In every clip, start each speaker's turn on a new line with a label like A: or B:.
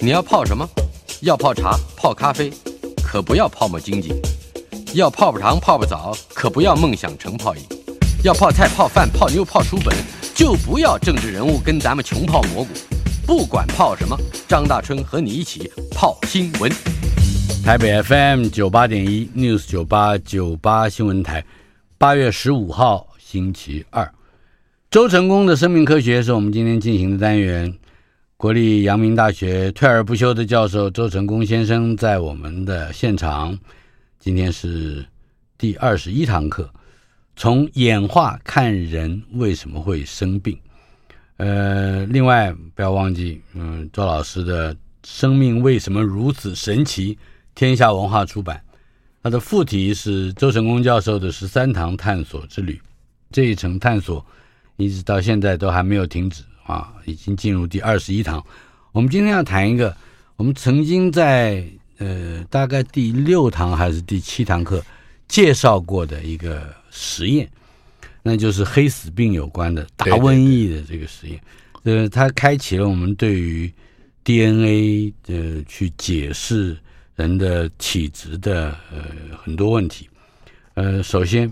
A: 你要泡什么？要泡茶、泡咖啡，可不要泡沫经济；要泡泡糖、泡泡澡，可不要梦想成泡影；要泡菜、泡饭、泡妞、泡书本，就不要政治人物跟咱们穷泡蘑菇。不管泡什么，张大春和你一起泡新闻。
B: 台北 FM 九八点一 News 九八九八新闻台，八月十五号星期二，周成功的生命科学是我们今天进行的单元。国立阳明大学退而不休的教授周成功先生在我们的现场，今天是第二十一堂课，从演化看人为什么会生病。呃，另外不要忘记，嗯，周老师的《生命为什么如此神奇》，天下文化出版，它的副题是周成功教授的十三堂探索之旅。这一层探索一直到现在都还没有停止啊，已经进入第二十一堂。我们今天要谈一个，我们曾经在呃大概第六堂还是第七堂课介绍过的一个实验，那就是黑死病有关的大
C: 对对
B: 瘟疫的这个实验。呃，它开启了我们对于 DNA 呃去解释人的体质的呃很多问题。呃，首先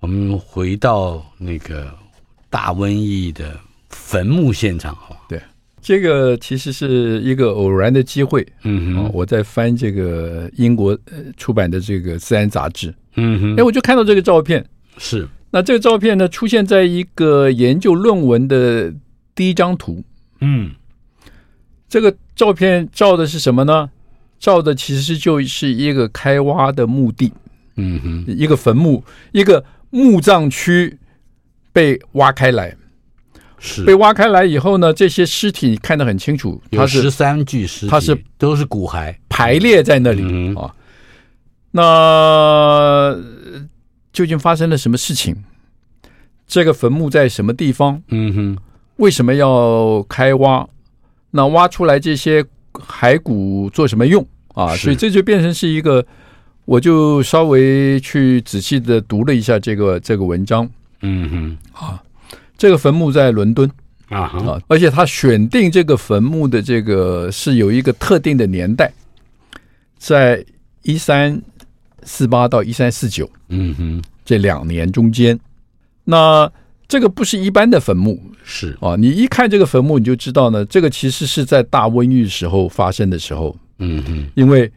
B: 我们回到那个大瘟疫的坟墓现场，哦好吧？
C: 这个其实是一个偶然的机会
B: 嗯
C: 啊、哦
B: 哼，
C: 我在翻这个英国呃出版的这个《自然》杂志，
B: 嗯
C: 哎，
B: 哼，
C: 我就看到这个照片。
B: 是，
C: 那这个照片呢，出现在一个研究论文的第一张图。
B: 嗯
C: 这个照片照的是什么呢？照的其实就是一个开挖的墓地，
B: 嗯哼，
C: 一个坟墓，一个墓葬区被挖开来。
B: 嗯
C: 被
B: 是。
C: 挖开来以后呢，这些尸体看得很清楚，它
B: 有
C: 是
B: 十三具尸体，
C: 它是
B: 都是骨骸，
C: 排列在那里啊、
B: 嗯
C: 那呃究竟发生了什么事情？这个坟墓在什么地方？
B: 嗯哼，
C: 为什么要开挖？那挖出来这些骸骨做什么用啊？
B: 是
C: 所以这就变成是一个，我就稍微去仔细的读了一下这个这个文章。
B: 嗯
C: 这个坟墓在伦敦
B: 哼，啊哈，
C: 啊，而且他选定这个坟墓的这个是有一个特定的年代，在一三四八到一三四九
B: 嗯哼，
C: 这两年中间，那这个不是一般的坟墓，
B: 是，
C: 啊，你一看这个坟墓，你就知道呢，这个其实是在大瘟疫时候发生的时候，
B: 嗯哼，
C: 因为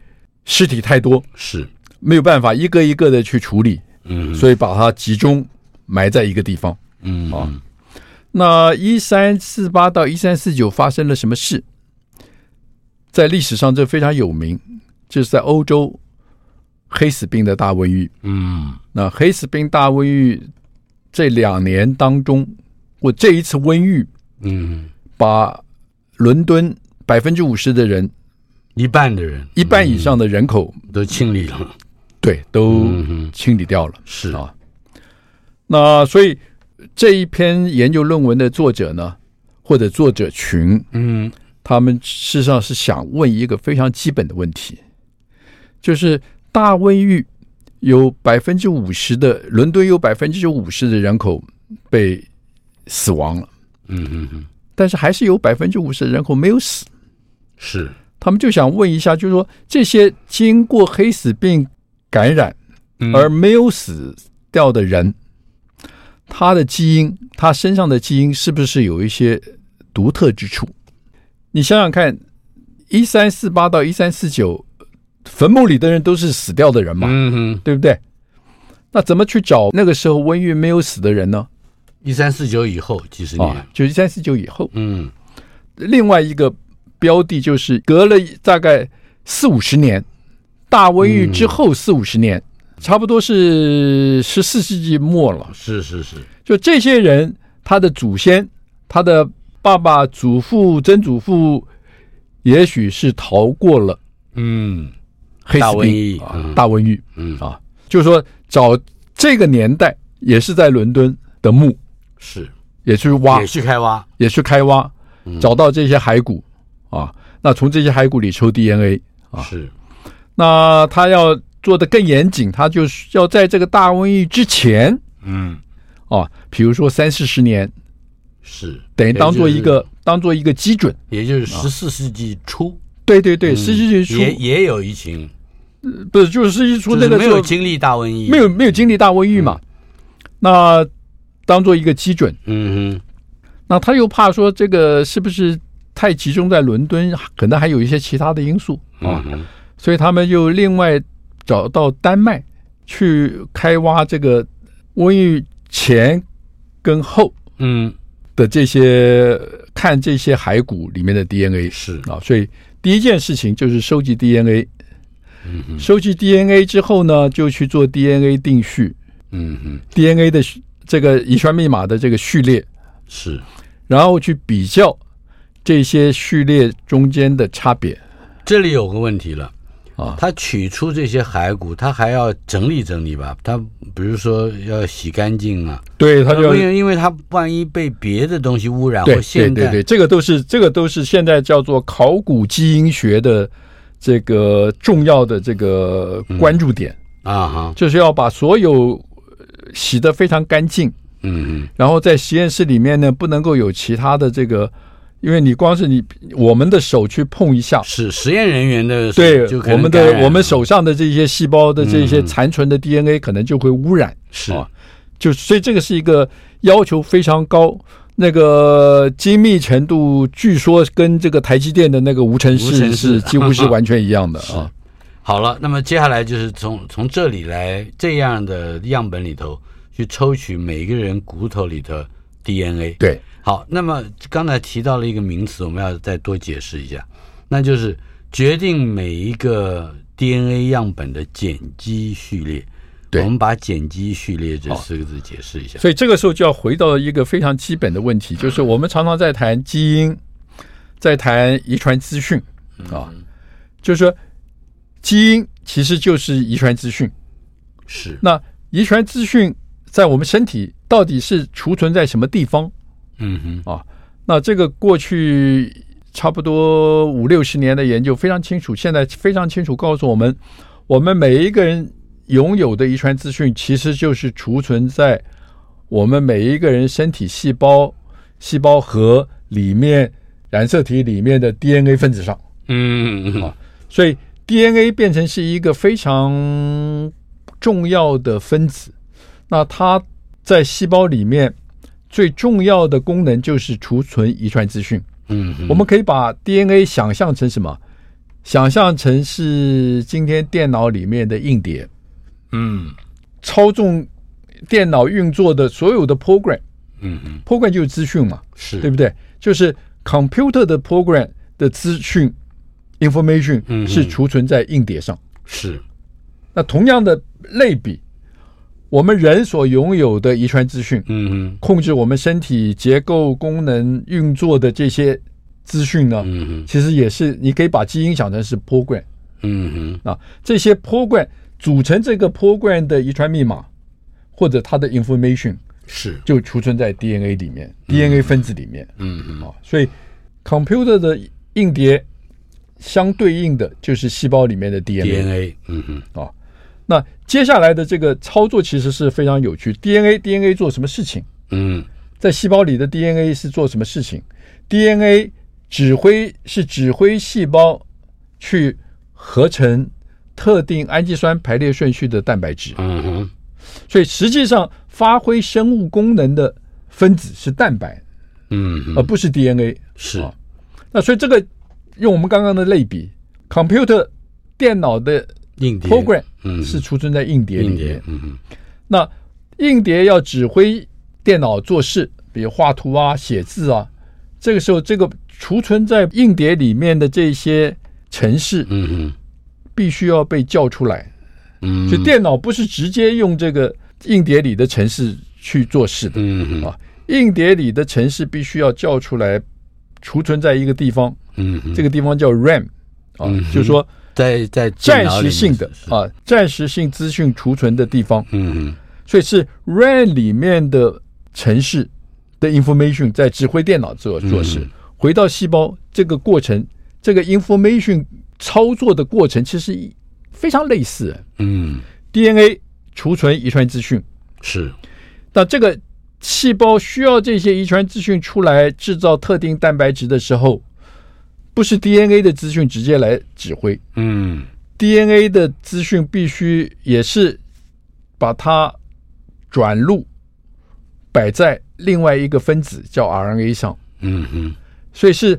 C: 尸体太多，
B: 是，
C: 没有办法一个一个的去处理，
B: 嗯哼，
C: 所以把它集中埋在一个地方。
B: 嗯
C: 啊那一三四八到一三四九发生了什么事？在历史上这非常有名，这是在欧洲黑死病的大瘟疫。
B: 嗯
C: 那黑死病大瘟疫这两年当中，或这一次瘟疫
B: 嗯，
C: 把伦敦百分之五十的人，
B: 一半的人
C: 一半以上的人口，
B: 都清理了，
C: 对，都
B: 嗯哦哼，
C: 清理掉了。
B: 是
C: 啊那所以这一篇研究论文的作者呢，或者作者群，
B: 嗯
C: 他们事实上是想问一个非常基本的问题，就是大瘟疫有百分之五十的伦敦有百分之五十的人口被死亡了，
B: 嗯哼哼，
C: 但是还是有百分之五十的人口没有死。
B: 是，
C: 他们就想问一下，就是说这些经过黑死病感染
B: 嗯
C: 而没有死掉的人，他的基因，他身上的基因是不是有一些独特之处？你想想看，一三四八到一三四九，坟墓里的人都是死掉的人嘛，
B: 嗯哼，
C: 对不对？那怎么去找那个时候瘟疫没有死的人呢？
B: 一三四九以后几十
C: 啊
B: 年，，
C: 就一三四九以后，
B: 嗯
C: 另外一个标的就是隔了大概四五十年，大瘟疫之
B: 嗯
C: 后四五十年，差不多是十四世纪末了。
B: 是是是，
C: 就这些人，他的祖先，他的爸爸、祖父、曾祖父，也许是逃过了
B: 嗯
C: 黑死
B: 大瘟
C: 病、
B: 疫
C: 啊
B: 嗯
C: 大瘟疫
B: 嗯
C: 啊。就是说，找这个年代也是在伦敦的墓，
B: 是，嗯
C: 也去挖
B: 也，去开挖，
C: 也去开挖，找到这些骸骨啊。那从这些骸骨里抽 DNA，
B: 是，
C: 那他要做的更严谨，他就是要在这个大瘟疫之前
B: 嗯
C: 啊，比如说三四十年，
B: 是，
C: 等
B: 也
C: 于当做
B: 就是
C: 一个当做一个基准，
B: 也就是十四世纪初，嗯
C: 对对对，十七世纪
B: 也
C: 初
B: 也有疫情，
C: 不是就是十七世纪初
B: 就
C: 那
B: 是
C: 个
B: 没
C: 时候
B: 有经历嗯大瘟疫，
C: 没有没有经历大瘟疫嘛，那当做一个基准，
B: 嗯哼，
C: 那他又怕说这个是不是太集中在伦敦，可能还有一些其他的因素啊
B: 嗯，哼，
C: 所以他们又另外找到丹麦去开挖这个瘟疫前跟后
B: 嗯，
C: 的这些看这些骸骨里面的 DNA
B: 是，
C: 啊，所以第一件事情就是收集 DNA，
B: 嗯哼，
C: 收集 DNA 之后呢，就去做 DNA 定序
B: 嗯哼，
C: ，DNA 的序这个遗传密码的这个序列，
B: 是
C: 然后去比较这些序列中间的差别。
B: 这里有个问题了。
C: 啊
B: 他取出这些骸骨，他还要整理整理吧？他比如说要洗干净啊，
C: 对，他
B: 因
C: 就
B: 为因为他万一被别的东西污染
C: 对
B: 或
C: 对
B: 现
C: 对
B: 代
C: 对，这个都是这个都是现在叫做考古基因学的这个重要的这个关注点，
B: 啊哈，
C: 就是要把所有呃洗得非常干净。
B: 嗯
C: 然后在实验室里面呢，不能够有其他的这个，因为你光是你我们的手去碰一下
B: 嗯，，是实验人员的
C: 啊对
B: 就可能
C: 我们
B: 感染
C: 的
B: 了
C: 我们手上的这些细胞的这些
B: 嗯
C: 残存的 DNA 可能就会污染，
B: 是
C: 啊就所以这个是一个要求非常高。那个精密程度，据说跟这个台积电的那个无尘
B: 无
C: 室
B: 尘室
C: 是几乎 是完全一样的啊。
B: 好了，那么接下来就是从从这里来这样的样本里头去抽取每个人骨头里的 DNA。
C: 对，
B: 好，那么刚才提到了一个名词，我们要再多解释一下，那就是决定每一个 DNA 样本的碱基序列。
C: 对
B: 我们把“碱基序列”这
C: 好
B: 四个字解释一下。
C: 所以这个时候就要回到一个非常基本的问题，就是我们常常在谈基因，在谈遗传资讯啊，就是说基因其实就是遗传资讯。
B: 是，
C: 那遗传资讯在我们身体到底是储存在什么地方？
B: 嗯哼，
C: 那这个过去差不多五六十年的研究非常清楚，现在非常清楚告诉我们，我们每一个人拥有的遗传资讯其实就是储存在我们每一个人身体细胞、细胞核里面、染色体里面的 DNA 分子上，
B: 嗯嗯，
C: 所以 DNA 变成是一个非常重要的分子。那它在细胞里面最重要的功能就是储存遗传资讯。
B: 嗯哼，
C: 我们可以把 DNA 想象成什么？想象成是今天电脑里面的硬碟，
B: 嗯
C: 操纵电脑运作的所有的 program，program
B: 嗯哼，
C: 就是资讯嘛，
B: 是，
C: 对不对？就是 computer 的 program 的资讯 information
B: 嗯
C: 是储存在硬碟上。
B: 是，
C: 那同样的类比，我们人所拥有的遗传资讯，
B: 嗯
C: 控制我们身体结构、功能、运作的这些资讯呢
B: 哼，，嗯哼，
C: 其实也是你可以把基因想成是 program
B: 嗯哼，
C: 啊，这些 program 组成这个 program 的遗传密码或者它的 information
B: 是，
C: 就储存在 DNA 里面、DNA 分子里面
B: 嗯哼，
C: 啊，所以 computer 的硬碟相对应的就是细胞里面的 DNA。
B: DNA，嗯哼，
C: 那接下来的这个操作其实是非常有趣，DNA DNA 做什么事情，
B: 嗯
C: 在细胞里的 DNA 是做什么事情？DNA 指挥是指挥细胞去合成特定氨基酸排列顺序的蛋白质，
B: 嗯哼，
C: 所以实际上发挥生物功能的分子是蛋白，
B: 嗯
C: 而
B: 哼，
C: 不是 DNA。
B: 是，
C: 啊那所以这个用我们刚刚的类比，computer 电脑的
B: 硬碟
C: program
B: 嗯
C: 是储存在硬碟里
B: 硬
C: 面。
B: 碟，嗯哼，
C: 那硬碟要指挥电脑做事，比如画图啊、写字啊，这个时候这个储存在硬碟里面的这些程式
B: 嗯哼，
C: 必须要被叫出来。
B: 嗯，
C: 就，电脑不是直接用这个硬碟里的程式去做事的，
B: 嗯哼，
C: 啊硬碟里的程式必须要叫出来，储存在一个地方，
B: 嗯哼，
C: 这个地方叫 RAM 啊
B: 嗯，哼
C: 就是说
B: 在在电
C: 暂
B: 脑里
C: 时
B: 面
C: 性的
B: 是，
C: 啊，暂时性资讯储存的地方。
B: 嗯哼，
C: 所以是 RAM 里面的程式的 information 在指挥电脑做做事，
B: 嗯
C: 回到细胞这个过程，这个 information 操作的过程其实一非常类似。
B: 嗯，
C: DNA 储存遗传资讯，
B: 是，
C: 那这个细胞需要这些遗传资讯出来制造特定蛋白质的时候，不不是 DNA 的资讯直接来指挥
B: 嗯
C: ，DNA 的资讯必须也是把它转录摆在另外一个分子叫 RNA 上，
B: 嗯嗯，
C: 所以是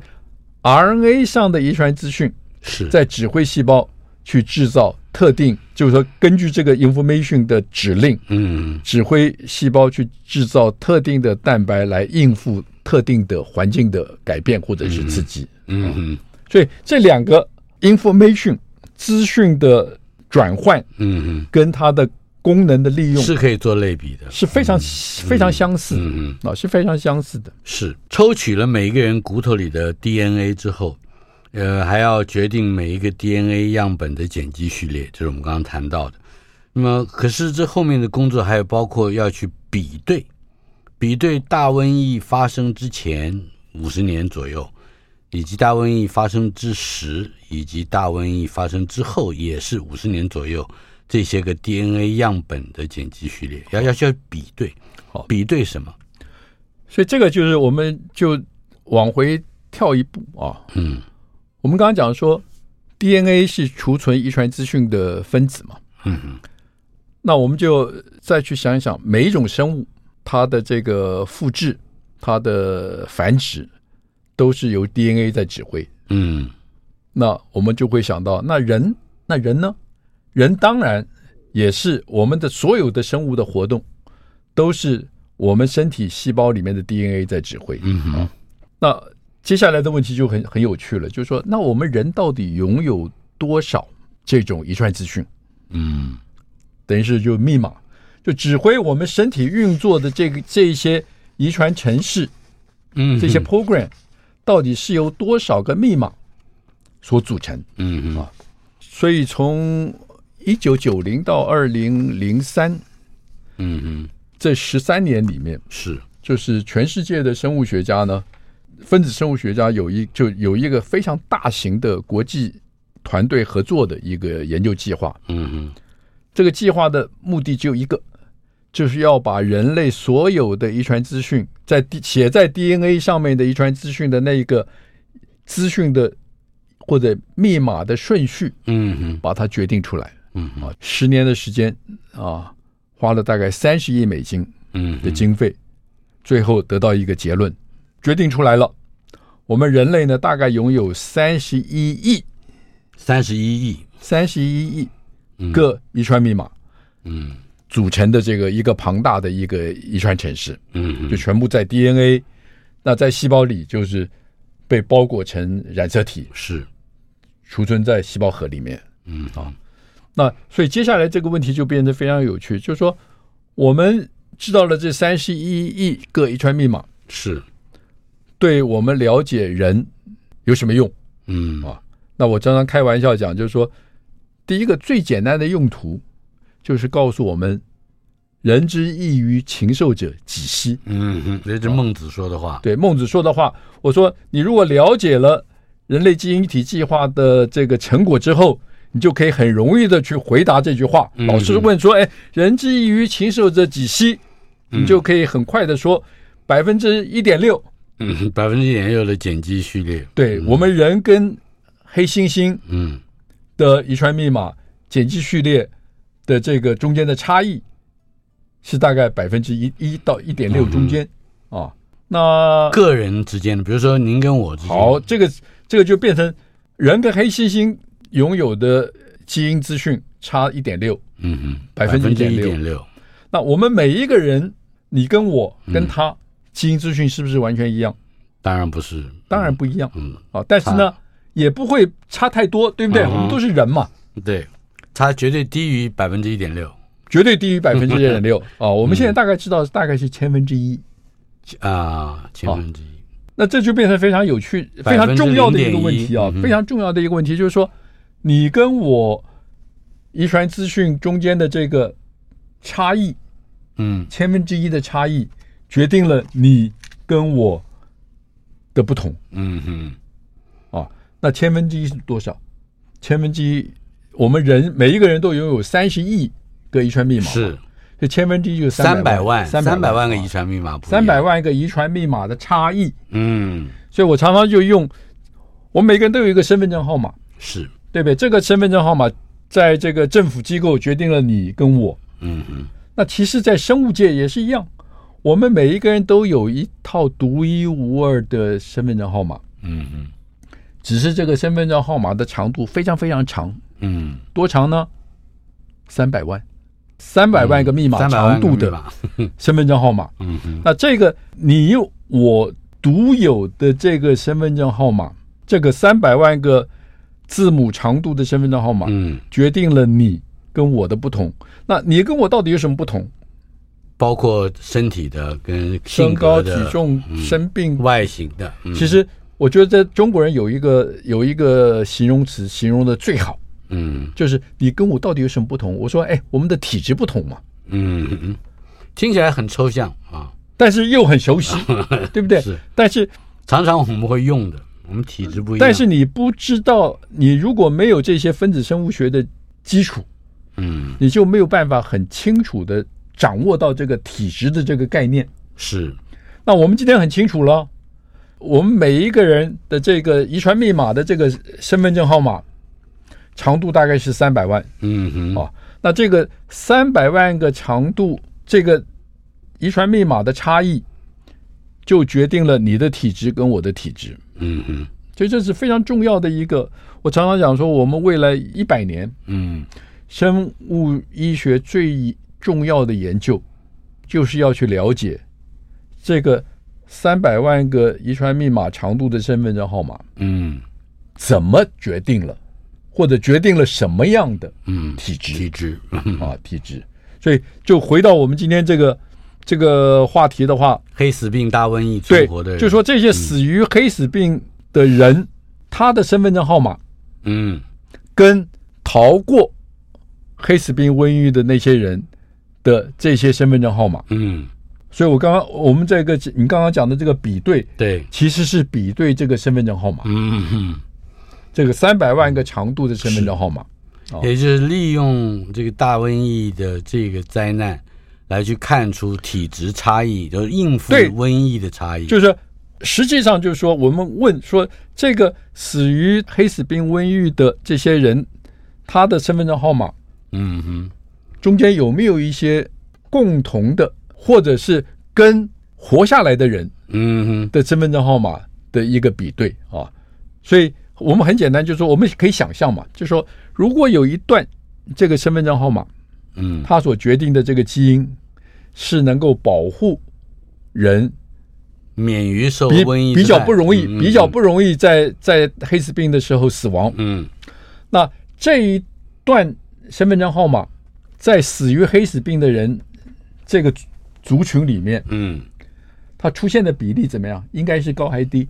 C: RNA 上的遗传资讯
B: 是
C: 在指挥细胞去制造特定，就是说根据这个 information 的指令，
B: 嗯
C: 指挥细胞去制造特定的蛋白来应付特定的环境的改变或者是刺激。
B: 嗯嗯
C: 所以这两个 information 资讯的转换
B: 嗯
C: 跟它的功能的利
B: 嗯，
C: 用
B: 是可以做类比的。
C: 是非常、非常相似的
B: 嗯嗯，
C: 啊、是非常相似的。
B: 是抽取了每一个人骨头里的 DNA 之后，呃，还要决定每一个 DNA 样本的碱基序列，就是我们刚刚谈到的。那么，可是这后面的工作还有包括要去比对，比对大瘟疫发生之前五十年左右，以及大瘟疫发生之时，以及大瘟疫发生之后，也是五十年左右这些个 DNA 样本的碱基序列，要要需要比对
C: 好，
B: 比对什么？
C: 所以这个就是我们就往回跳一步啊，
B: 嗯
C: 我们刚刚讲说 DNA 是储存遗传资讯的分子嘛，
B: 嗯嗯。
C: 那我们就再去想一想，每一种生物它的这个复制、它的繁殖，都是由 DNA 在指挥。
B: 嗯
C: 那我们就会想到，那人，那人呢？人当然也是我们的所有的生物的活动，都是我们身体细胞里面的 DNA 在指挥。
B: 嗯哼，
C: 那接下来的问题就很很有趣了，就是说，那我们人到底拥有多少这种遗传资讯？
B: 嗯
C: 等于是就密码，就指挥我们身体运作的这个这一些遗传程式，
B: 嗯，
C: 这些 program 到底是由多少个密码所组成？
B: 嗯嗯
C: 所以从一九九零到二零零三
B: 嗯嗯
C: 这十三年里面，
B: 是
C: 就是全世界的生物学家呢，分子生物学家有一就有一个非常大型的国际团队合作的一个研究计划，
B: 嗯
C: 这个计划的目的只有一个，就是要把人类所有的遗传资讯，在 D 写在 DNA 上面的遗传资讯的那一个资讯的或者密码的顺序，
B: 嗯嗯
C: 把它决定出来
B: 嗯嗯
C: 啊。十年的时间啊，花了大概三十亿美金
B: 嗯
C: 的经费，最后得到一个结论，决定出来了。我们人类呢，大概拥有三十一亿
B: 三十一亿
C: 三十一亿个遗传密码。
B: 嗯
C: 组成的这个一个庞大的一个遗传程式，
B: 嗯
C: 就全部在 DNA，那在细胞里就是被包裹成染色体，
B: 是
C: 储存在细胞核里面。
B: 嗯啊
C: 那所以接下来这个问题就变得非常有趣，就是说我们知道了这三十一亿个遗传密码，
B: 是
C: 对我们了解人有什么用？
B: 嗯
C: 那我常常开玩笑讲，就是说，第一个最简单的用途就是告诉我们，人之异于禽兽者几希。
B: 嗯嗯，这是孟子说的话。
C: 对孟子说的话，我说你如果了解了人类基因体计划的这个成果之后，你就可以很容易的去回答这句话。
B: 嗯
C: 老师问说：“哎，人之异于禽兽者几希？”
B: 嗯
C: 你就可以很快的说百分之一点六。
B: 嗯，百分之一点六的碱基序列。
C: 对、我们人跟黑猩猩
B: 嗯
C: 的遗传密码碱基序列的这个中间的差异是大概百分之一一到一点六中间、
B: 嗯
C: 啊。那
B: 个人之间的，比如说您跟我之间。
C: 好，这个这个就变成人跟黑猩猩拥有的基因资讯差一点六。
B: 嗯嗯，一六。
C: 那我们每一个人，你跟我跟他、
B: 嗯
C: 基因资讯是不是完全一样？
B: 当然不是。
C: 当然不一样
B: 嗯，
C: 啊，但是呢，也不会差太多，对不对？
B: 嗯哼
C: 我们都是人嘛，
B: 嗯对，它绝对低于百分之一点六
C: 绝对 低于百分之一点六啊。我们现在大概知道大概是千分之
B: 嗯
C: 一，
B: 啊，千分之一。
C: 那这就变成非常有趣、非常重要的一个问题啊
B: 0.1嗯，哼
C: 非常重要的一个问题就是说，你跟我遗传资讯中间的这个差异，
B: 嗯
C: 千分之一的差异，决定了你跟我的不同
B: 嗯嗯
C: 啊。那千分之一是多少？千分之一，我们人每一个人都拥有三十亿个遗传密码，
B: 是。
C: 这千分之一就是
B: 三百万，
C: 三
B: 三百万个
C: 啊
B: 遗传密码不一样，
C: 三百万个遗传密码的差异。
B: 嗯
C: 所以我常常就用我们每个人都有一个身份证号码，
B: 是，
C: 对不对？这个身份证号码在这个政府机构决定了你跟我。
B: 嗯嗯，
C: 那其实，在生物界也是一样，我们每一个人都有一套独一无二的身份证号码，
B: 嗯嗯
C: 只是这个身份证号码的长度非常非常长，
B: 嗯，
C: 多长呢？三百万，三百万个密
B: 嗯
C: 码
B: 三百
C: 长
B: 万
C: 度
B: 个密
C: 的
B: 码，
C: 身份证号码。
B: 嗯嗯
C: 那这个你我独有的这个身份证号码，这个三百万个字母长度的身份证号码，
B: 嗯，
C: 决定了你跟我的不同。那你跟我到底有什么不同？
B: 包括身体的跟性
C: 身高、
B: 格
C: 体
B: 的、
C: 重、
B: 嗯
C: 生病。
B: 外形的，嗯
C: 其实我觉得在中国人有一个有一个形容词形容的最好，
B: 嗯
C: 就是你跟我到底有什么不同？我说，哎，我们的体质不同嘛，
B: 嗯嗯嗯，听起来很抽象啊，
C: 但是又很 熟悉，对不对？
B: 是
C: 但是
B: 常常我们会用的，我们体质不一样，
C: 但是你不知道，你如果没有这些分子生物学的基础，
B: 嗯
C: 你就没有办法很清楚的掌握到这个体质的这个概念。
B: 是
C: 那我们今天很清楚了，我们每一个人的这个遗传密码的这个身份证号码长度大概是三百万
B: 嗯嗯
C: 哦。那这个三百万个长度，这个遗传密码的差异，就决定了你的体质跟我的体质。
B: 嗯嗯
C: 所以这是非常重要的一个。我常常讲说，我们未来一百年
B: 嗯
C: 生物医学最重要的研究，就是要去了解这个三百万个遗传密码长度的身份证号码
B: 嗯
C: 怎么决定了，或者决定了什么样的
B: 嗯，
C: 体质
B: 体质，
C: 啊体质。所以就回到我们今天这个这个话题的话，
B: 黑死病大瘟疫存
C: 对
B: 活的，人，嗯
C: 就说这些死于黑死病的人，他的身份证号码
B: 嗯
C: 跟逃过黑死病瘟疫的那些人的这些身份证号码。
B: 嗯
C: 所以我刚刚我们这个你刚刚讲的这个比对，
B: 对，
C: 其实是比对这个身份证号码，
B: 嗯嗯。
C: 这个三百万个长度的身份证号码。哦
B: 也就是利用这个大瘟疫的这个灾难，来去看出体质差异，就是应付
C: 对
B: 瘟疫的差异。
C: 就是实际上就是说，我们问说这个死于黑死病瘟疫的这些人，他的身份证号码
B: 嗯哼，
C: 中间有没有一些共同的，或者是跟活下来的人
B: 嗯哼，
C: 的身份证号码的一个比对啊，所以我们很简单，就是说我们可以想象嘛，就是说如果有一段这个身份证号码，
B: 嗯
C: 它所决定的这个基因是能够保护人
B: 免于受
C: 比
B: 瘟疫
C: 比
B: 之
C: 较
B: 害
C: 不容易，
B: 嗯嗯
C: 比较不容易在在黑死病的时候死亡。
B: 嗯
C: 那这一段身份证号码在死于黑死病的人这个族族群里面，
B: 嗯，
C: 它出现的比例怎么样？应该是高还是低？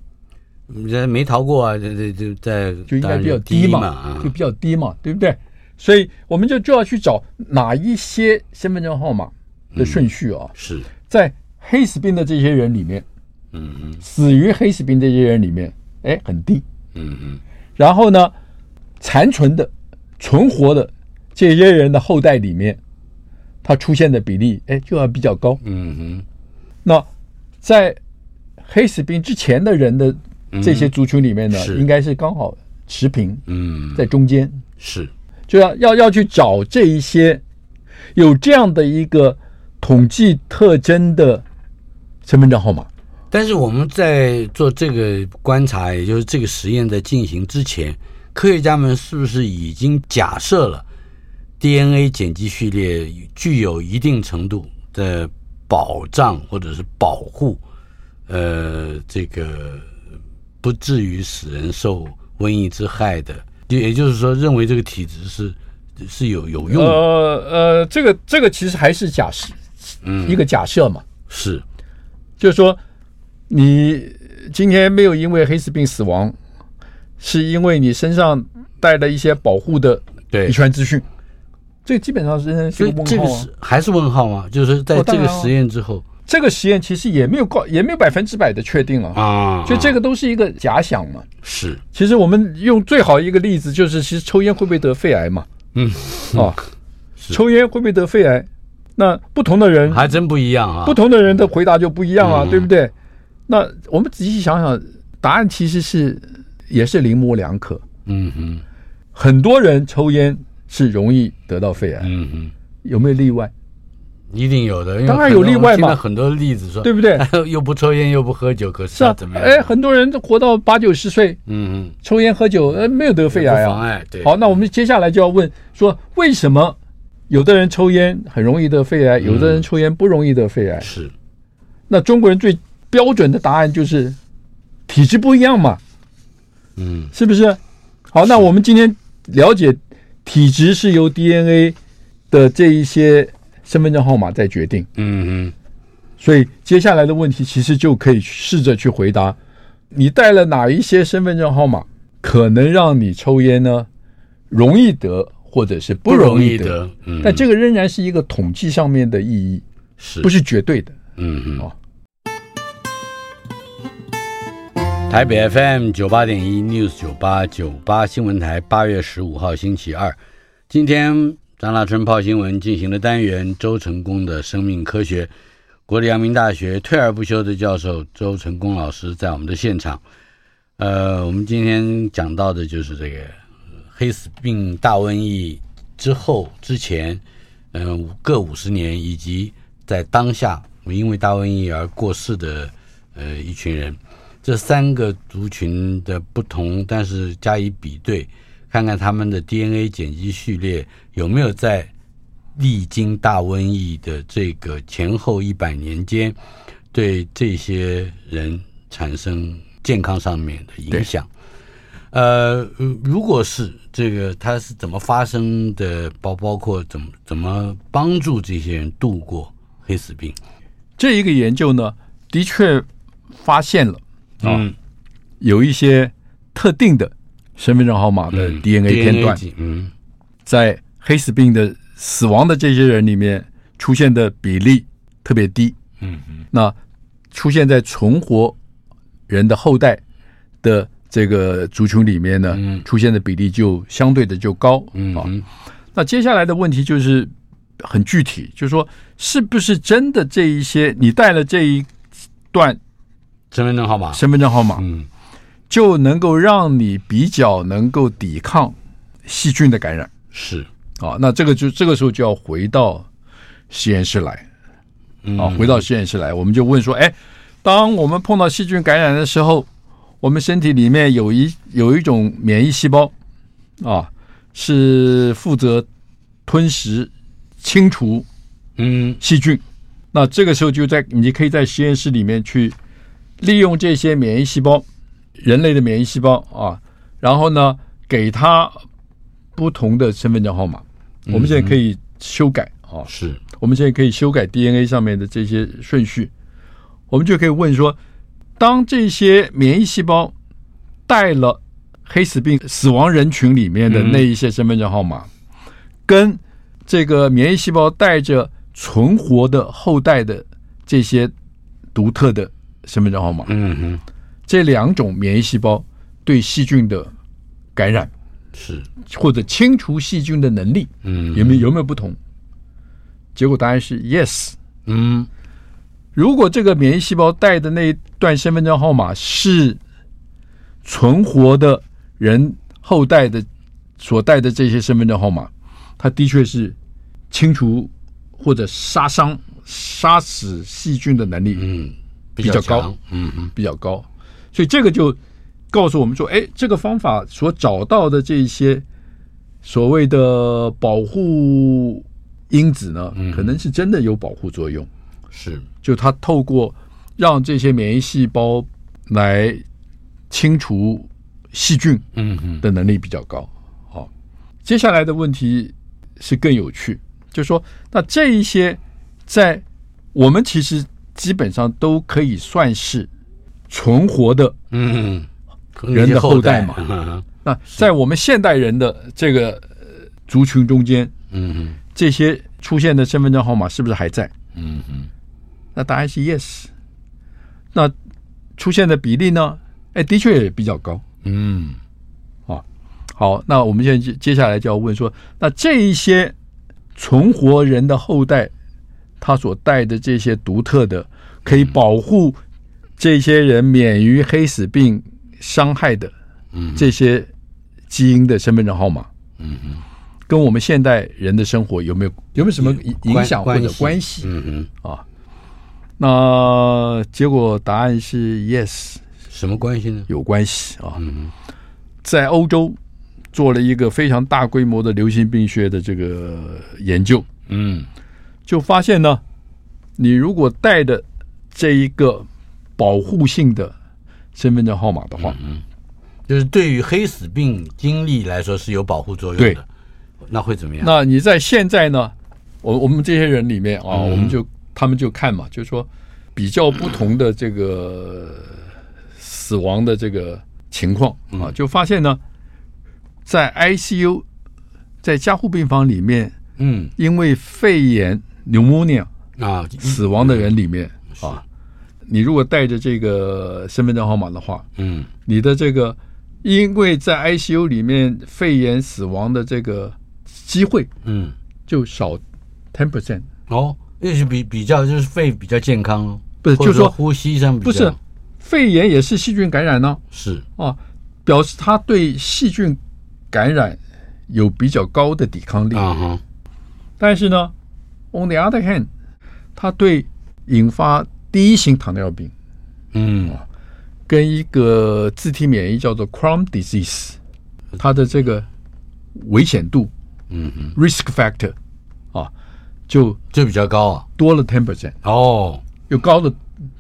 B: 人没逃过啊，这这这在
C: 就应该比较
B: 低
C: 低嘛，
B: 啊
C: 就比较低嘛，对不对？所以我们就就要去找哪一些身份证号码的顺序啊，
B: 是
C: 在黑死病的这些人里面，
B: 嗯嗯
C: 死于黑死病这些人里面，哎，很低。
B: 嗯嗯
C: 然后呢，残存的、存活的这些人的后代里面，它出现的比例，哎，就要比较高。
B: 嗯哼
C: 那在黑死病之前的人的这些族群里面呢，
B: 嗯是
C: 应该是刚好持平，
B: 嗯
C: 在中间。
B: 是
C: 就要要要去找这一些有这样的一个统计特征的身份证号码。
B: 但是我们在做这个观察，也就是这个实验在进行之前，科学家们是不是已经假设了 DNA 碱基序列具有一定程度的保障或者是保护，呃，这个不至于使人受瘟疫之害的？也也就是说，认为这个体质是是有有用的，
C: 呃，这个这个其实还是假设，一个假设嘛，
B: 嗯是
C: 就是说你今天没有因为黑死病死亡，是因为你身上带了一些保护的
B: 对
C: 遗。传资讯。这基本上是
B: 哎所以
C: 是个问
B: 这个
C: 号啊！
B: 是还是问号吗？就是在
C: 哦当
B: 这个
C: 然了
B: 实验之后
C: 这个实验其实也没有告，也没有百分之百的确定啊，
B: 啊，
C: 就这个都是一个假想嘛。
B: 是
C: 其实我们用最好一个例子就是，其实抽烟会不会得肺癌嘛？
B: 嗯，
C: 啊，
B: 是
C: 抽烟会不会得肺癌？那不同的人，
B: 还真不一样啊，
C: 不同的人的回答就不一样啊，
B: 嗯
C: 对不对？那我们仔细想想，答案其实是也是零模两可。
B: 嗯哼，
C: 很多人抽烟是容易得到肺癌，
B: 嗯哼，
C: 有没有例 外？
B: 一定有的，因为
C: 当然
B: 很
C: 有
B: 多
C: 例
B: 我
C: 外
B: 听
C: 嘛
B: 到很多例子说，
C: 对不对？
B: 又不抽烟又不喝酒，可是
C: 是
B: 他
C: 啊
B: 怎，么样？
C: 哎，很多人活到八九十岁，
B: 嗯哼，
C: 抽烟喝酒，呃，没有得肺癌
B: 也不妨
C: 啊。
B: 碍对。
C: 好，那我们接下来就要问说，为什么有的人抽烟很容易得肺癌，有的人抽烟不容易得肺癌？
B: 是
C: 那中国人最标准的答案就是体质不一样嘛，
B: 嗯
C: 是不是？好，那我们今天了解体质是由 DNA 的这一些身份证号码在决定，
B: 嗯
C: 所以接下来的问题其实就可以试着去回答：你带了哪一些身份证号码，可能让你抽烟呢？容易得，或者是
B: 哼，
C: 不容易得？
B: 得，嗯，
C: 但这个仍然是一个统计上面的意义，
B: 是
C: 不是绝对的。
B: 嗯
C: 哦
B: 嗯，台北 FM 九八点一 News 九八九八新闻台，八月十五号星期二，今天张大春泡新闻进行的单元周成功的生命科学，国立阳明大学退而不休的教授周成功老师在我们的现场。呃，我们今天讲到的就是这个呃黑死病大瘟疫之后之前，嗯、呃，各五十年以及在当下因为大瘟疫而过世的呃一群人，这三个族群的不同，但是加以比对，看看他们的 DNA 碱基序列有没有在历经大瘟疫的这个前后一百年间，对这些人产生健康上面的影响。呃，如如果是这个，它是怎么发生的？包包括怎么怎么帮助这些人度过黑死病？
C: 这一个研究呢，的确发现了啊、
B: 嗯
C: 有一些特定的身份证号码的
B: 嗯
C: DNA 片段，
B: 几嗯
C: 在黑死病的死亡的这些人里面出现的比例特别低。
B: 嗯嗯
C: 那出现在存活人的后代的这个族群里面呢，
B: 嗯
C: 出现的比例就相对的就高。
B: 嗯
C: 啊，
B: 嗯
C: 那接下来的问题就是很具体，就是说是不是真的这一些你带了这一段
B: 身份证号码，
C: 身份证号码，
B: 嗯
C: 就能够让你比较能够抵抗细菌的感染
B: 是
C: 啊？那这个就这个时候就要回到实验室来。
B: 嗯
C: 啊，回到实验室来，我们就问说，哎，当我们碰到细菌感染的时候，我们身体里面有一有一种免疫细胞啊，是负责吞食、清除
B: 嗯
C: 细菌。那这个时候就在你可以在实验室里面去利用这些免疫细胞，啊人类的免疫细胞啊，然后呢给它不同的身份证号码，我们现在可以修改啊，
B: 是
C: 我们现在可以修改 DNA 上面的这些顺序，我们就可以问说，当这些免疫细胞带了黑死病死亡人群里面的那一些身份证号码，跟这个免疫细胞带着存活的后代的这些独特的身份证号码，
B: 嗯哼
C: 这两种免疫细胞对细菌的感染
B: 是
C: 或者清除细菌的能力
B: 嗯
C: 有没有有没有不同？结果答案是 yes。
B: 嗯
C: 如果这个免疫细胞带的那一段身份证号码是存活的人后代的所带的这些身份证号码，它的确是清除或者杀伤、杀死细菌的能力
B: 嗯比
C: 比较高
B: 强嗯哼
C: 比较高，所以这个就告诉我们说，哎，这个方法所找到的这些所谓的保护因子呢，可能是真的有保护作用。
B: 是
C: 就它透过让这些免疫细胞来清除细菌
B: 嗯哼
C: 的能力比较高。好，接下来的问题是更有趣，就是说，那这一些在我们其实基本上都可以算是存活的。
B: 嗯哼
C: 人的后 代嘛
B: 嘛
C: 那在我们现代人的这个呃族群中间，
B: 嗯哼
C: 这些出现的身份证号码是不是还在？
B: 嗯哼
C: 那答案是 yes。那出现的比例呢？哎，的确也比较高。
B: 嗯
C: 好，那我们现在接接下来就要问说，那这一些存活人的后代，他所带的这些独特的，可以保护这些人免于黑死病伤害的
B: 嗯
C: 这些基因的身份证号码，
B: 嗯哼
C: 跟我们现代人的生活有没有有没有什么影影响或
A: 关
C: 者
A: 系
C: 关系？
B: 嗯哼，
C: 那结果答案是 yes，
B: 什么关系呢？
C: 有关系啊。
B: 嗯
C: 在欧洲做了一个非常大规模的流行病学的这个研究，
B: 嗯
C: 就发现呢，你如果带着这一个保护性的身份证号码的话，
B: 就是对于黑死病经历来说是有保护作用
C: 对
B: 的，那会怎么样？
C: 那你在现在呢，我我们这些人里面啊，
B: 嗯
C: 我们就他们就看嘛，就说比较不同的这个死亡的这个情况啊，就发现呢，在 ICU 在加护病房里面，
B: 嗯
C: 因为肺炎 pneumonia
B: 啊，
C: 死亡的人里面
B: 是
C: 啊，你如果带着这个身份证号码的话，
B: 嗯
C: 你的这个因为在 ICU 里面肺炎死亡的这个机会
B: 嗯，
C: 就少 ten percent，
B: 哦，也许比比较就是肺比较健康咯，
C: 不是
B: 或者
C: 就是说
B: 呼吸上比较
C: 不是肺炎也是细菌感染呢
B: 是
C: 啊表示它对细菌感染有比较高的抵抗力。
B: 啊哈，
C: 但是呢，on the other hand，它对引发第一型糖尿病
B: 嗯
C: 跟一个自体免疫叫做 Crohn disease，它的这个危险度
B: 嗯哼，
C: risk factor 啊就
B: 这比较高啊。
C: 多了 ten percent，
B: 哦，
C: 又高了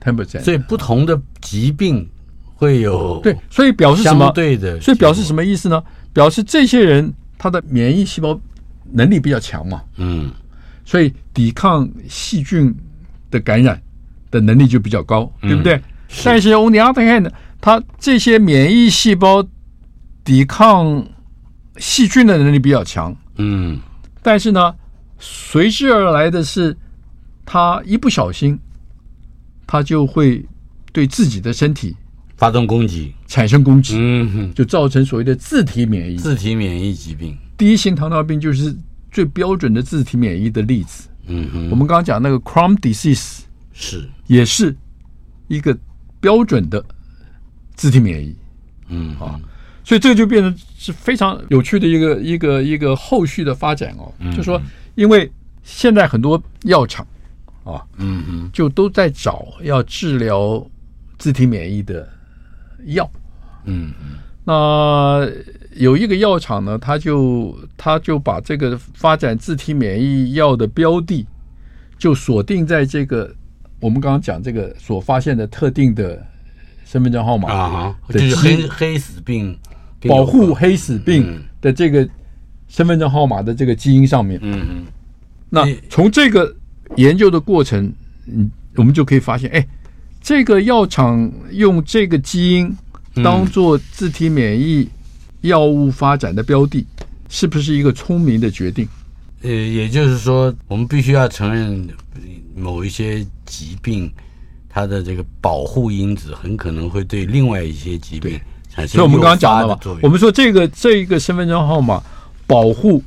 C: ten percent。
B: 所以不同的疾病会有
C: 对，所以表示什么
B: 相？对的，
C: 所以表示什
B: 么？
C: 么意思呢？表示这些人他的免疫细胞能力比较强嘛，
B: 嗯
C: 所以抵抗细菌的感染的能力就比较高，对不对？但是 on the other hand，他这些免疫细胞抵抗细菌的能力比较强，
B: 嗯
C: 但是呢，随之而来的是，他一不小心，他就会对自己的身体
B: 发动攻击，
C: 产生攻击，
B: 嗯哼，
C: 就造成所谓的自体免疫。
B: 自体免疫疾病，
C: 第一型糖尿病就是最标准的自体免疫的例子。
B: 嗯
C: 我
B: 哼，
C: 们刚刚讲那个 Crohn disease
B: 是，
C: 也是一个标准的自体免疫，
B: 嗯啊，
C: 所以这就变成是非常有趣的一个一个一个后续的发展哦。就说，因为现在很多药厂啊，
B: 嗯哼，
C: 就都在找要治疗自体免疫的药。
B: 嗯
C: 那有一个药厂呢，他就他就把这个发展自体免疫药的标的，就锁定在这个我们刚刚讲这个所发现的特定的身份证号码
B: 啊哈，
C: 的
B: 就是
C: 基
B: 黑
C: 因
B: 黑死病
C: 保护，黑死病
B: 嗯
C: 的这个身份证号码的这个基因上面。
B: 嗯嗯，
C: 那
B: 你
C: 从这个研究的过程，嗯，我们就可以发现，哎，这个药厂用这个基因当做自体免疫药物发展的标的，是不是一个聪明的决定？
B: 呃，也就是说，我们必须要承认呃某一些疾病，它的这个保护因子很可能会对另外一些疾病产生
C: 所以我们刚刚讲
B: 诱发
C: 了嘛
B: 的作，用。
C: 我们说这个这一个身份证号码保护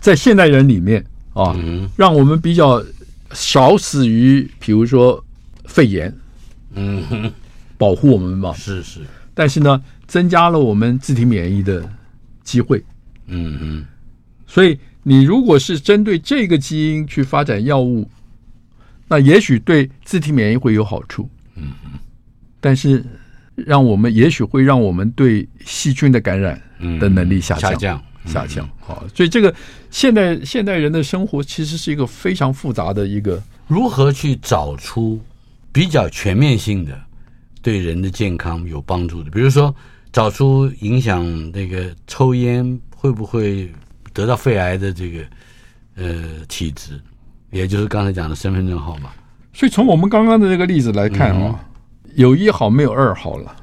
C: 在现代人里面啊，
B: 嗯
C: 让我们比较少死于，比如说肺炎，
B: 嗯哼，
C: 保护我们嘛。
B: 是是，
C: 但是呢，增加了我们自体免疫的机会。
B: 嗯哼，
C: 所以你如果是针对这个基因去发展药物，那也许对自体免疫会有好处。嗯，但是让我们也许会让我们对细菌的感染
B: 嗯
C: 的能力下降。
B: 下降，嗯
C: 下降好，所以这个现代现代人的生活其实是一个非常复杂的一个
B: 如何去找出比较全面性的对人的健康有帮助的？比如说，找出影响那个抽烟会不会得到肺癌的这个呃体质，也就是刚才讲的身份证号码。
C: 所以从我们刚刚的这个例子来看啊、
B: 嗯
C: 有一好没有二好了。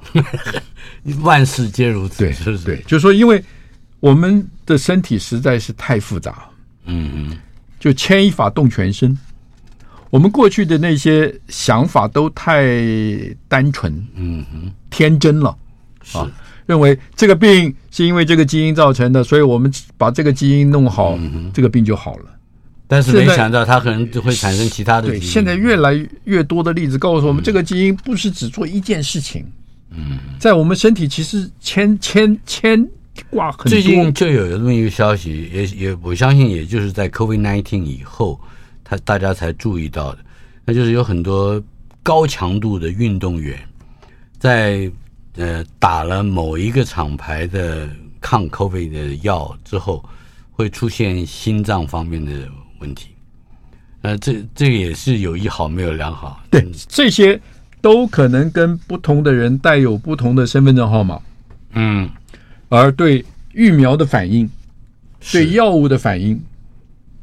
B: 万事皆如此，
C: 对，
B: 是不是？
C: 对，，就是说，因为我们的身体实在是太复杂，
B: 嗯嗯
C: 就牵一发动全身。我们过去的那些想法都太单纯、
B: 嗯嗯，
C: 天真了，
B: 是，
C: 啊认为这个病是因为这个基因造成的，所以我们把这个基因弄好，
B: 嗯
C: 这个病就好了。
B: 但是
C: 现
B: 没
C: 在
B: 想到它可能就会产生其他的嗯
C: 对，
B: 疾病
C: 现在越来越多的例子告诉我们，这个基因不是只做一件事情，
B: 嗯
C: 在我们身体其实牵牵牵挂很
B: 最近
C: 多。
B: 就有这么一个消息，也也我相信，也就是在 COVID nineteen 以后，他大家才注意到的，那就是有很多高强度的运动员在呃打了某一个厂牌的抗 COVID 的药之后，会出现心脏方面的问题。那这这个也是有一好没有两好，
C: 对，这些都可能跟不同的人带有不同的身份证号码，
B: 嗯，
C: 而对疫苗的反应、
B: 是
C: 对，药物的反应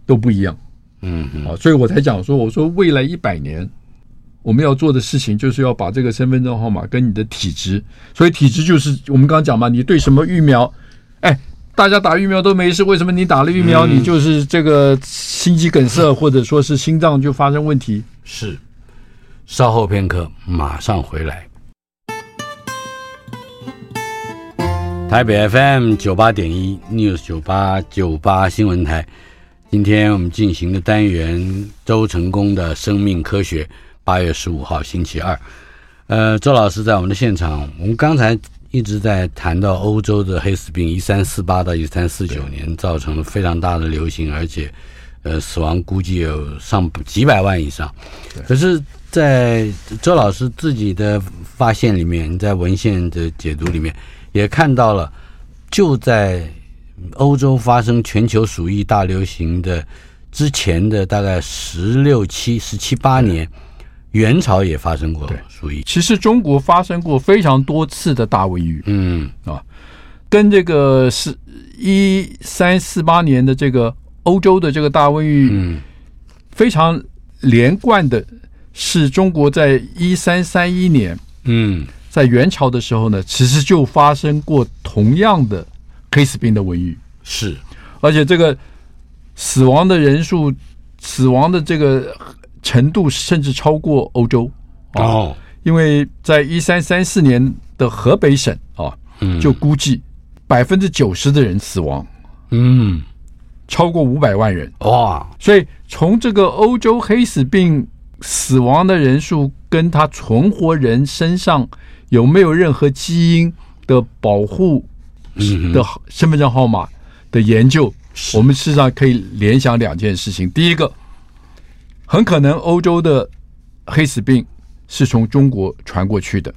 C: 都不一样。
B: 嗯嗯
C: 啊，所以我才讲说，我说未来一百年我们要做的事情，就是要把这个身份证号码跟你的体质，所以体质就是我们刚刚讲嘛，你对什么疫苗，哎，大家打疫苗都没事，为什么你打了疫苗，你就是这个心肌梗塞或者说是心脏就发生问题？
B: 是。稍后片刻，马上回来。台北 FM 九八点一 News 九八九八新闻台，今天我们进行的单元周成功的生命科学，八月十五号星期二。呃，周老师在我们的现场，我们刚才一直在谈到欧洲的黑死病，一三四八到一三四九年造成了非常大的流行，而且呃死亡估计有上几百万以上。可是，在周老师自己的发现里面，在文献的解读里面，也看到了，就在欧洲发生全球鼠疫大流行的之前的大概十六七、十七八年，元朝也发生过鼠疫。
C: 其实中国发生过非常多次的大瘟疫，
B: 嗯
C: 跟这个是一三四八年的这个欧洲的这个大瘟疫，
B: 嗯
C: 非常连贯的是中国在一三三一年
B: 嗯，
C: 在元朝的时候呢，其实就发生过同样的黑死病的瘟疫，
B: 是
C: 而且这个死亡的人数、死亡的这个程度甚至超过欧洲啊，
B: 哦，
C: 因为在一三三四年的河北省啊，
B: 嗯
C: 就估计百分之九十的人死亡，
B: 嗯
C: 超过五百万人。
B: 哇，
C: 所以从这个欧洲黑死病死亡的人数跟他存活人身上有没有任何基因的保护
B: 嗯
C: 的身份证号码的研究，我们事实上可以联想两件事情。第一个，很可能欧洲的黑死病是从中国传过去的，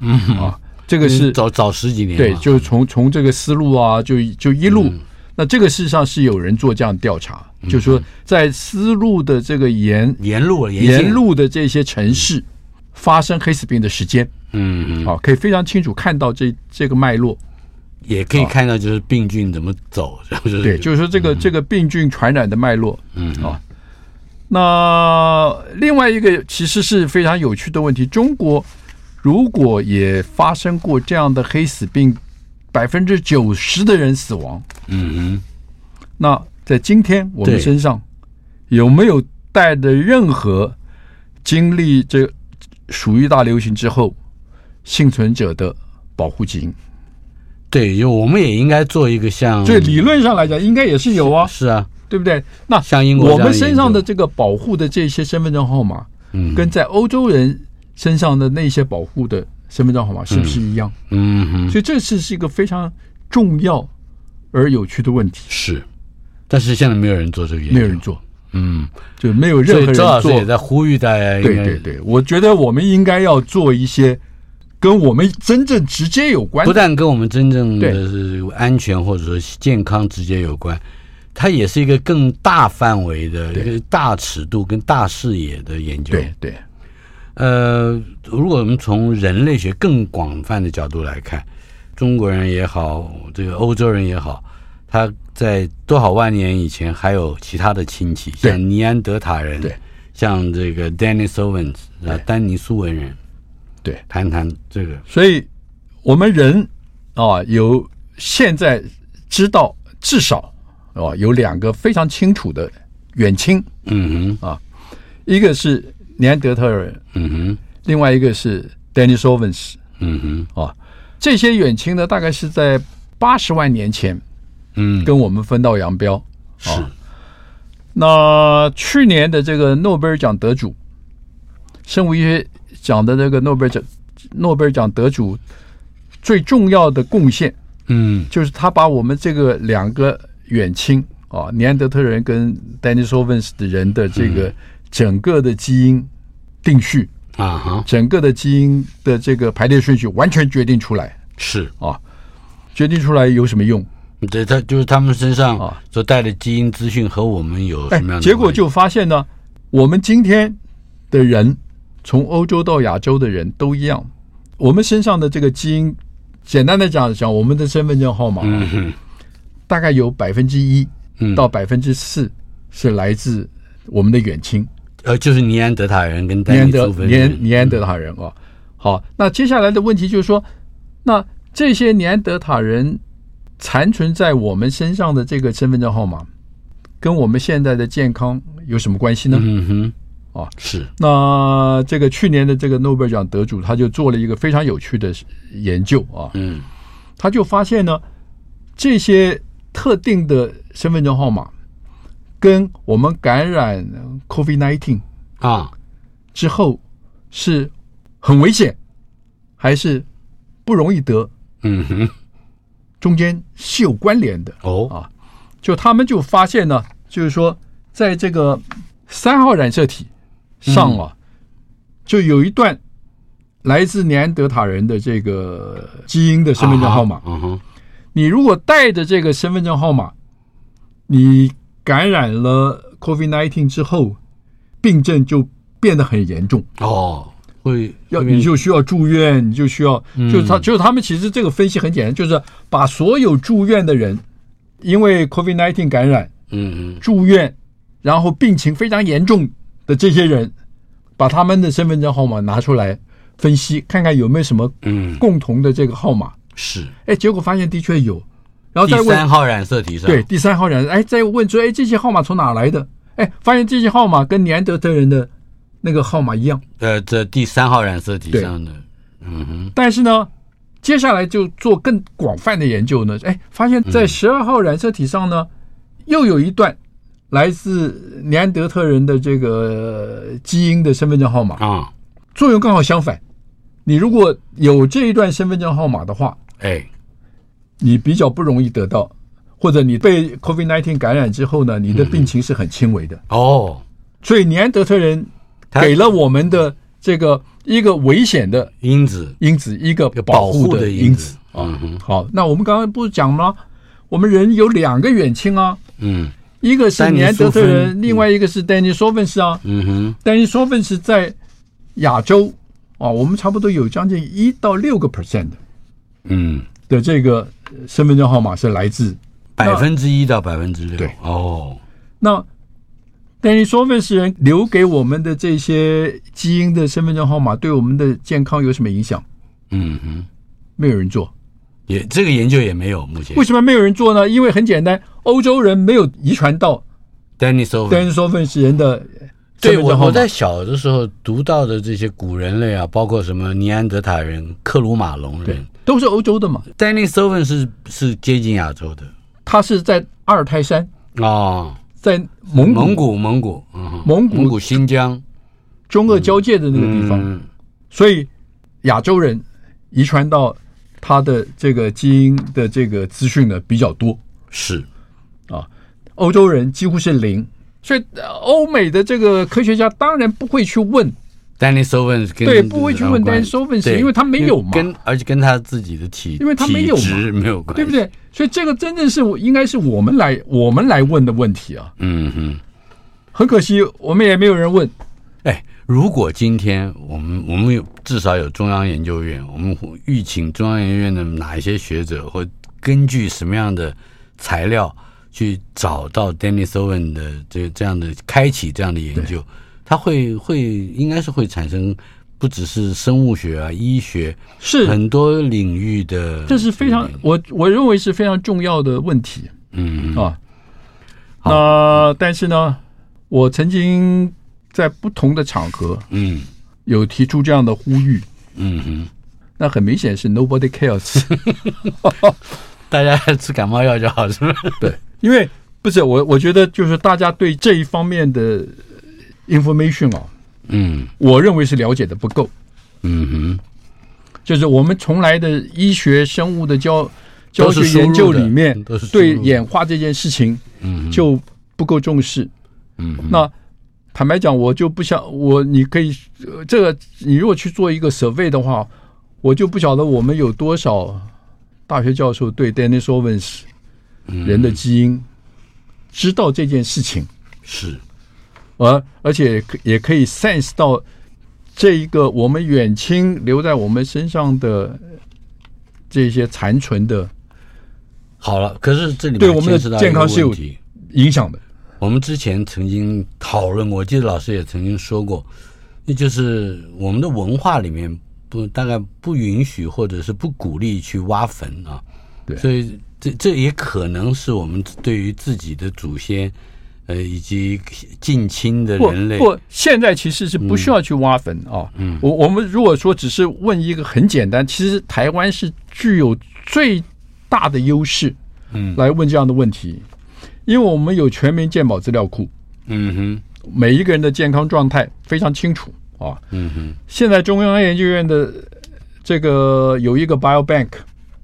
C: 嗯啊，这个是
B: 早早十几年
C: 对，
B: 嘛
C: 就是从从这个思路啊，就就一路。
B: 嗯
C: 那这个事实上是有人做这样调查，就是说在丝路的这个沿
B: 沿路嗯沿线
C: 沿路的这些城市发生黑死病的时间，
B: 嗯嗯，
C: 啊，可以非常清楚看到这这个脉络。
B: 也可以看到就是病菌怎么走，是不是？
C: 对，就是说这个这个病菌传染的脉络。
B: 嗯
C: 啊，那另外一个其实是非常有趣的问题，中国如果也发生过这样的黑死病，百分之九十的人死亡。
B: 嗯
C: 那在今天我们
B: 对
C: 身上有没有带着任何经历这鼠疫大流行之后幸存者的保护基因？
B: 哼，对，就我们也应该做一个像，
C: 所以理论上来讲，应该也是有啊，
B: 是啊，
C: 对不对？那
B: 像英国
C: 我
B: 这样
C: 们身上的
B: 研究
C: 这个保护的这些身份证号码，
B: 嗯
C: 跟在欧洲人身上的那些保护的身份证号码是不是一样？
B: 嗯哼
C: 所以这是是一个非常重要而有趣的问题，
B: 是，但是现在没有人做这个研究，
C: 没有人做，
B: 嗯，
C: 就没有任
B: 所
C: 何
B: 以
C: 人
B: 周老师
C: 做。
B: 也在呼吁大家，
C: 对对，对，我觉得我们应该要做一些跟我们真正直接有关
B: 不
C: 的。
B: 但跟我们真正的
C: 对
B: 是安全或者说健康直接有关。它也是一个更大范围的、一个大尺度跟大视野的研究。
C: 对对
B: 呃，如果我们从人类学更广泛的角度来看，中国人也好，这个欧洲人也好，他在多少万年以前还有其他的亲戚，
C: 对
B: 像尼安德塔人，
C: 对，
B: 像这个 Dennis Owens 啊，丹尼苏文人，
C: 对，
B: 谈谈这个，
C: 所以我们人啊，有现在知道至少啊有两个非常清楚的远亲，
B: 嗯哼，
C: 一个是尼安德特人，
B: 嗯哼，
C: 另外一个是 Dennis Owens
B: 嗯哼，
C: 啊。这些远亲呢，大概是在八十万年前
B: 嗯，哦
C: 跟我们分道扬镳。
B: 是，
C: 那去年的这个诺贝尔奖得主，生物医学奖的这个诺贝尔奖诺贝尔奖得主最重要的贡献，
B: 嗯
C: 就是他把我们这个两个远亲啊，尼安德特人跟 Denisovans 的人的这个整个的基因定序，
B: 啊哈，
C: 整个的基因的这个排列顺序完全决定出来
B: 是，
C: 啊，决定出来有什么用？
B: 对，他就是他们身上
C: 啊
B: 所带的基因资讯和我们有
C: 哎
B: 什么样的关系？
C: 结果就发现呢，我们今天的人，从欧洲到亚洲的人都一样，我们身上的这个基因，简单的讲讲我们的身份证号码，
B: 嗯哼
C: 大概有百分之一
B: 嗯
C: 到百分之四是来自我们的远亲，
B: 呃，就是尼安德塔人跟
C: 尼
B: 丹
C: 安
B: 尼
C: 德
B: 苏芬
C: 尼安
B: 人嗯
C: 尼安德塔人啊。好，那接下来的问题就是说，那这些尼安德塔人残存在我们身上的这个身份证号码，跟我们现在的健康有什么关系呢？
B: 嗯哼，
C: 哦，
B: 是，
C: 那这个去年的这个诺贝尔奖得主，他就做了一个非常有趣的研究啊，
B: 嗯
C: 他就发现呢，这些特定的身份证号码跟我们感染 COVID-19
B: 啊，
C: 之后是很危险，还是不容易得，
B: 嗯哼，
C: 中间是有关联的。
B: 哦，
C: 就他们就发现呢，就是说，在这个三号染色体上
B: 嗯
C: 啊，就有一段来自尼安德塔人的这个基因的身份证号码
B: 啊。嗯哼，
C: 你如果带着这个身份证号码，你感染了 COVID-19 之后，病症就变得很严重，
B: 哦，会
C: 要
B: 会变
C: 你就需要住院，你就需要，
B: 嗯
C: 就是他，就是他们其实这个分析很简单，就是把所有住院的人因为 COVID-19 感染。
B: 嗯嗯
C: 住院，然后病情非常严重的这些人，把他们的身份证号码拿出来分析，看看有没有什么
B: 嗯
C: 共同的这个号码。
B: 是
C: 哎，结果发现的确有，然后哦再
B: 第
C: 问
B: 三号染色体上
C: 对第三号人，哎，再问说，哎，这些号码从哪来的？哎，发现这些号码跟尼安德特人的那个号码一样，
B: 呃，这第三号染色体
C: 对
B: 上的，嗯哼，
C: 但是呢。接下来就做更广泛的研究呢，哎，发现在十二号染色体上呢，又有一段来自尼安德特人的这个呃基因的身份证号码，
B: 啊，
C: 作用刚好相反。你如果有这一段身份证号码的话，
B: 哎，
C: 你比较不容易得到，或者你被 COVID-19 感染之后呢，你的病情是很轻微的。
B: 哦，
C: 所以尼安德特人
B: 他
C: 给了我们的这个一个危险的
B: 因子
C: 因子，一个
B: 有
C: 保护
B: 的
C: 的因
B: 子
C: 子。，哦
B: 嗯哼，
C: 好，那我们刚刚不是讲吗？我们人有两个远亲啊，
B: 嗯
C: 一个是
B: 丹尼
C: 尼安德
B: 苏
C: 特
B: 芬
C: 人，另外一个是丹尼索芬斯啊。
B: 嗯哼，
C: 丹尼索芬斯在亚洲啊，我们差不多有将近一到六个 percent
B: 嗯，
C: 的这个呃身份证号码是来自
B: 百分之一到百分之六，
C: 对，
B: 哦，
C: 那丹尼索芬斯人留给我们的这些基因的身份证号码，对我们的健康有什么影响？
B: 嗯哼，
C: 没有人做，
B: 也这个研究也没有目前
C: 为。什么没有人做呢？因为很简单，欧洲人没有遗传到
B: Danny s o v
C: 丹尼索芬斯人的身
B: 对
C: 份
B: 我
C: 证号
B: 我
C: 码
B: 在。小的时候读到的这些古人类啊，包括什么尼安德塔人、克鲁马龙人
C: 都是欧洲的嘛，
B: ，Danny s o v 是是接近亚洲的
C: 他是在阿尔泰山，
B: 哦，
C: 在蒙古
B: 蒙古蒙古嗯哼
C: 蒙古
B: 蒙古新疆
C: 中俄交界的那个地方，
B: 嗯
C: 所以亚洲人遗传到他的这个基因的这个资讯呢比较多，
B: 是
C: 欧洲人几乎是零，所以呃欧美的这个科学家当然不会去问，
B: Danny s o v 跟
C: 对不会去问
B: 有关
C: Danny Sullivan 是
B: 对
C: 因为他没有嘛
B: 跟而且跟他自己的体
C: 因为他没有嘛
B: 体质没有关系，
C: 对不？对？所以这个真正是我应该是我们来我们来问的问题啊，
B: 嗯哼。
C: 很可惜我们也没有人问。
B: 哎，如果今天我们我们有至少有中央研究院，我们预请中央研究院的哪一些学者，或根据什么样的材料去找到 Dennis Owen 的这这样的开启这样的研究，它会会应该是会产生不只是生物学啊、医学
C: 是，
B: 很多领域的，
C: 这是非常我我认为是非常重要的问题。
B: 嗯
C: 啊。那但是呢，我曾经在不同的场合
B: 嗯
C: 有提出这样的呼吁，
B: 嗯嗯，
C: 那很明显是 nobody cares，
B: 大家吃感冒药就好，是不是？
C: 因为不是我，我觉得就是大家对这一方面的 information 啊，
B: 嗯
C: 我认为是了解的不够。
B: 嗯哼，
C: 就是我们从来的医学生物的教教
B: 都
C: 学
B: 是输入的
C: 研究里面
B: 嗯都是，输
C: 对
B: 入的
C: 演化这件事情
B: 嗯，
C: 就不够重视。
B: 嗯哼
C: 那坦白讲，我就不想我，你可以、呃这个，你如果去做一个 survey 的话，我就不晓得我们有多少大学教授对 Dennis Owens
B: 嗯
C: 人的基因知道这件事情，
B: 是
C: 而啊而且可也可以 sense 到这一个我们远亲留在我们身上的这些残存的
B: 好了，可是这里面
C: 对我们的
B: 牵涉到一个
C: 健康是有
B: 问题
C: 影响的。
B: 我们之前曾经讨论过，我记得老师也曾经说过，那就是我们的文化里面不大概不允许或者是不鼓励去挖坟啊。
C: 对
B: 所以这这也可能是我们对于自己的祖先，呃，以及近亲的
C: 不
B: 人类，嗯
C: 不，现在其实是不需要去挖坟啊。嗯，我我们如果说只是问一个很简单，其实台湾是具有最大的优势，
B: 嗯，
C: 来问这样的问题，因为我们有全民健保资料库，
B: 嗯哼，
C: 每一个人的健康状态非常清楚啊。
B: 嗯哼，
C: 现在中央研究院的这个有一个 biobank，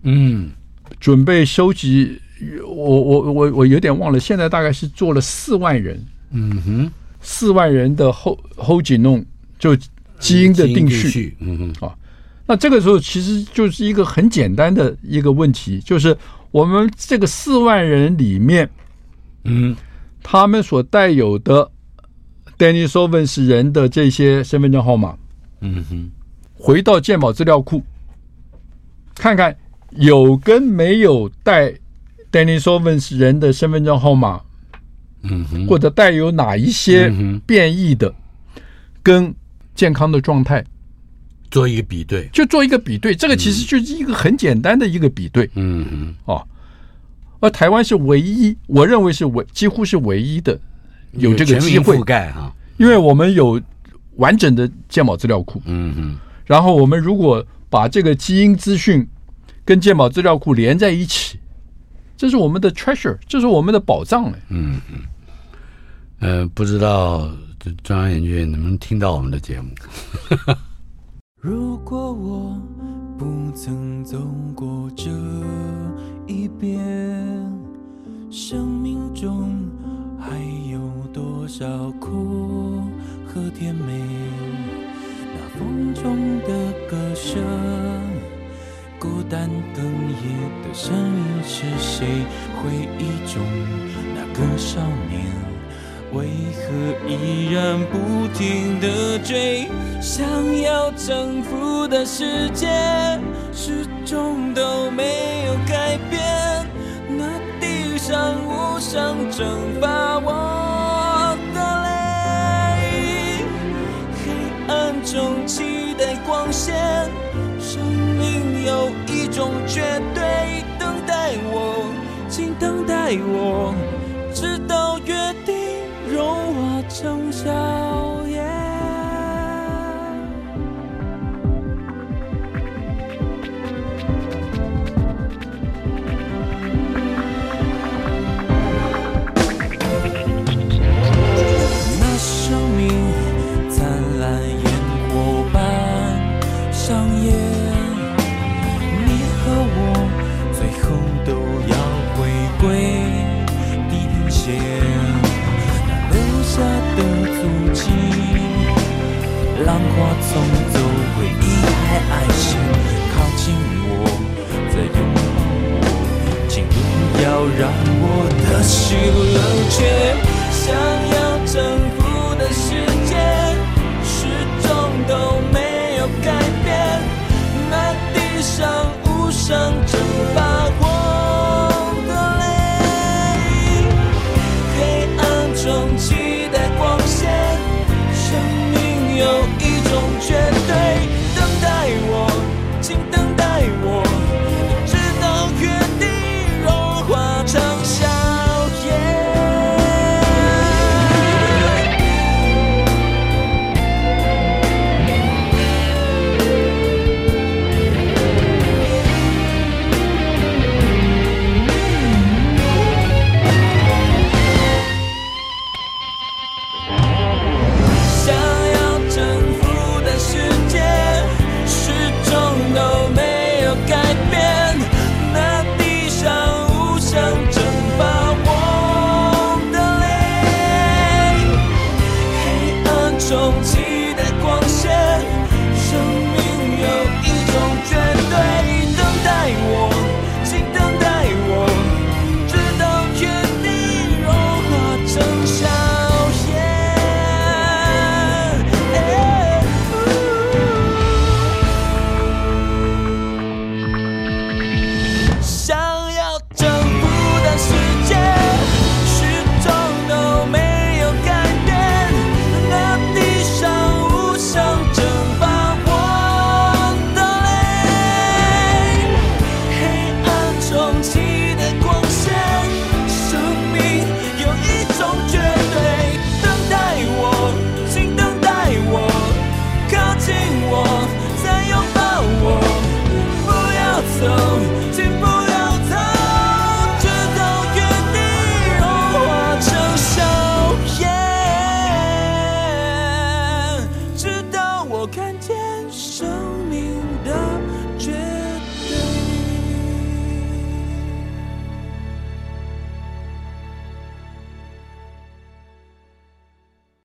B: 嗯，
C: 准备收集，我我我我有点忘了，现在大概是做了四万人，
B: 嗯哼，
C: 四万人的后后几弄就基因的定
B: 基因
C: 序。
B: 序，嗯哼，
C: 那这个时候其实就是一个很简单的一个问题，就是我们这个四万人里面，
B: 嗯，
C: 他们所带有的 Dennis Owens 人的这些身份证号码，
B: 嗯哼，
C: 回到健保资料库看看有跟没有带 Dennis Owens 人的身份证号码，
B: 嗯哼，
C: 或者带有哪一些
B: 嗯哼
C: 变异的，跟健康的状态，
B: 做一个比对，
C: 就做一个比对。这个其实就是一个很简单的一个比对。
B: 嗯哼，
C: 哦，而台湾是唯一，我认为是唯几乎是唯一的有这个
B: 全
C: 机
B: 民
C: 会
B: 覆，盖哈，
C: 因为我们有完整的健保资料库，
B: 嗯哼。
C: 然后我们如果把这个基因资讯跟健保资料库连在一起，这是我们的 treasure，这是我们的宝藏哎。
B: 呃，不知道这中央研究院能不能听到我们的节目？
D: 如果我不曾走过这一遍，生命中还有多少苦和甜美？那风中的歌声，孤单哽咽的声音是谁？回忆中那个少年。为何依然不停地追？想要征服的世界，始终都没有改变。那地上无声蒸发我的泪，黑暗中期待光线，生命有一种绝对，等待我，请等待我。直到约定融化成笑颜。那生命灿烂烟火般上演。你和我最后都要回归地平线，那留下的足迹，浪花冲走回忆和爱情，靠近我，再拥我，请不要让我的心冷却。哎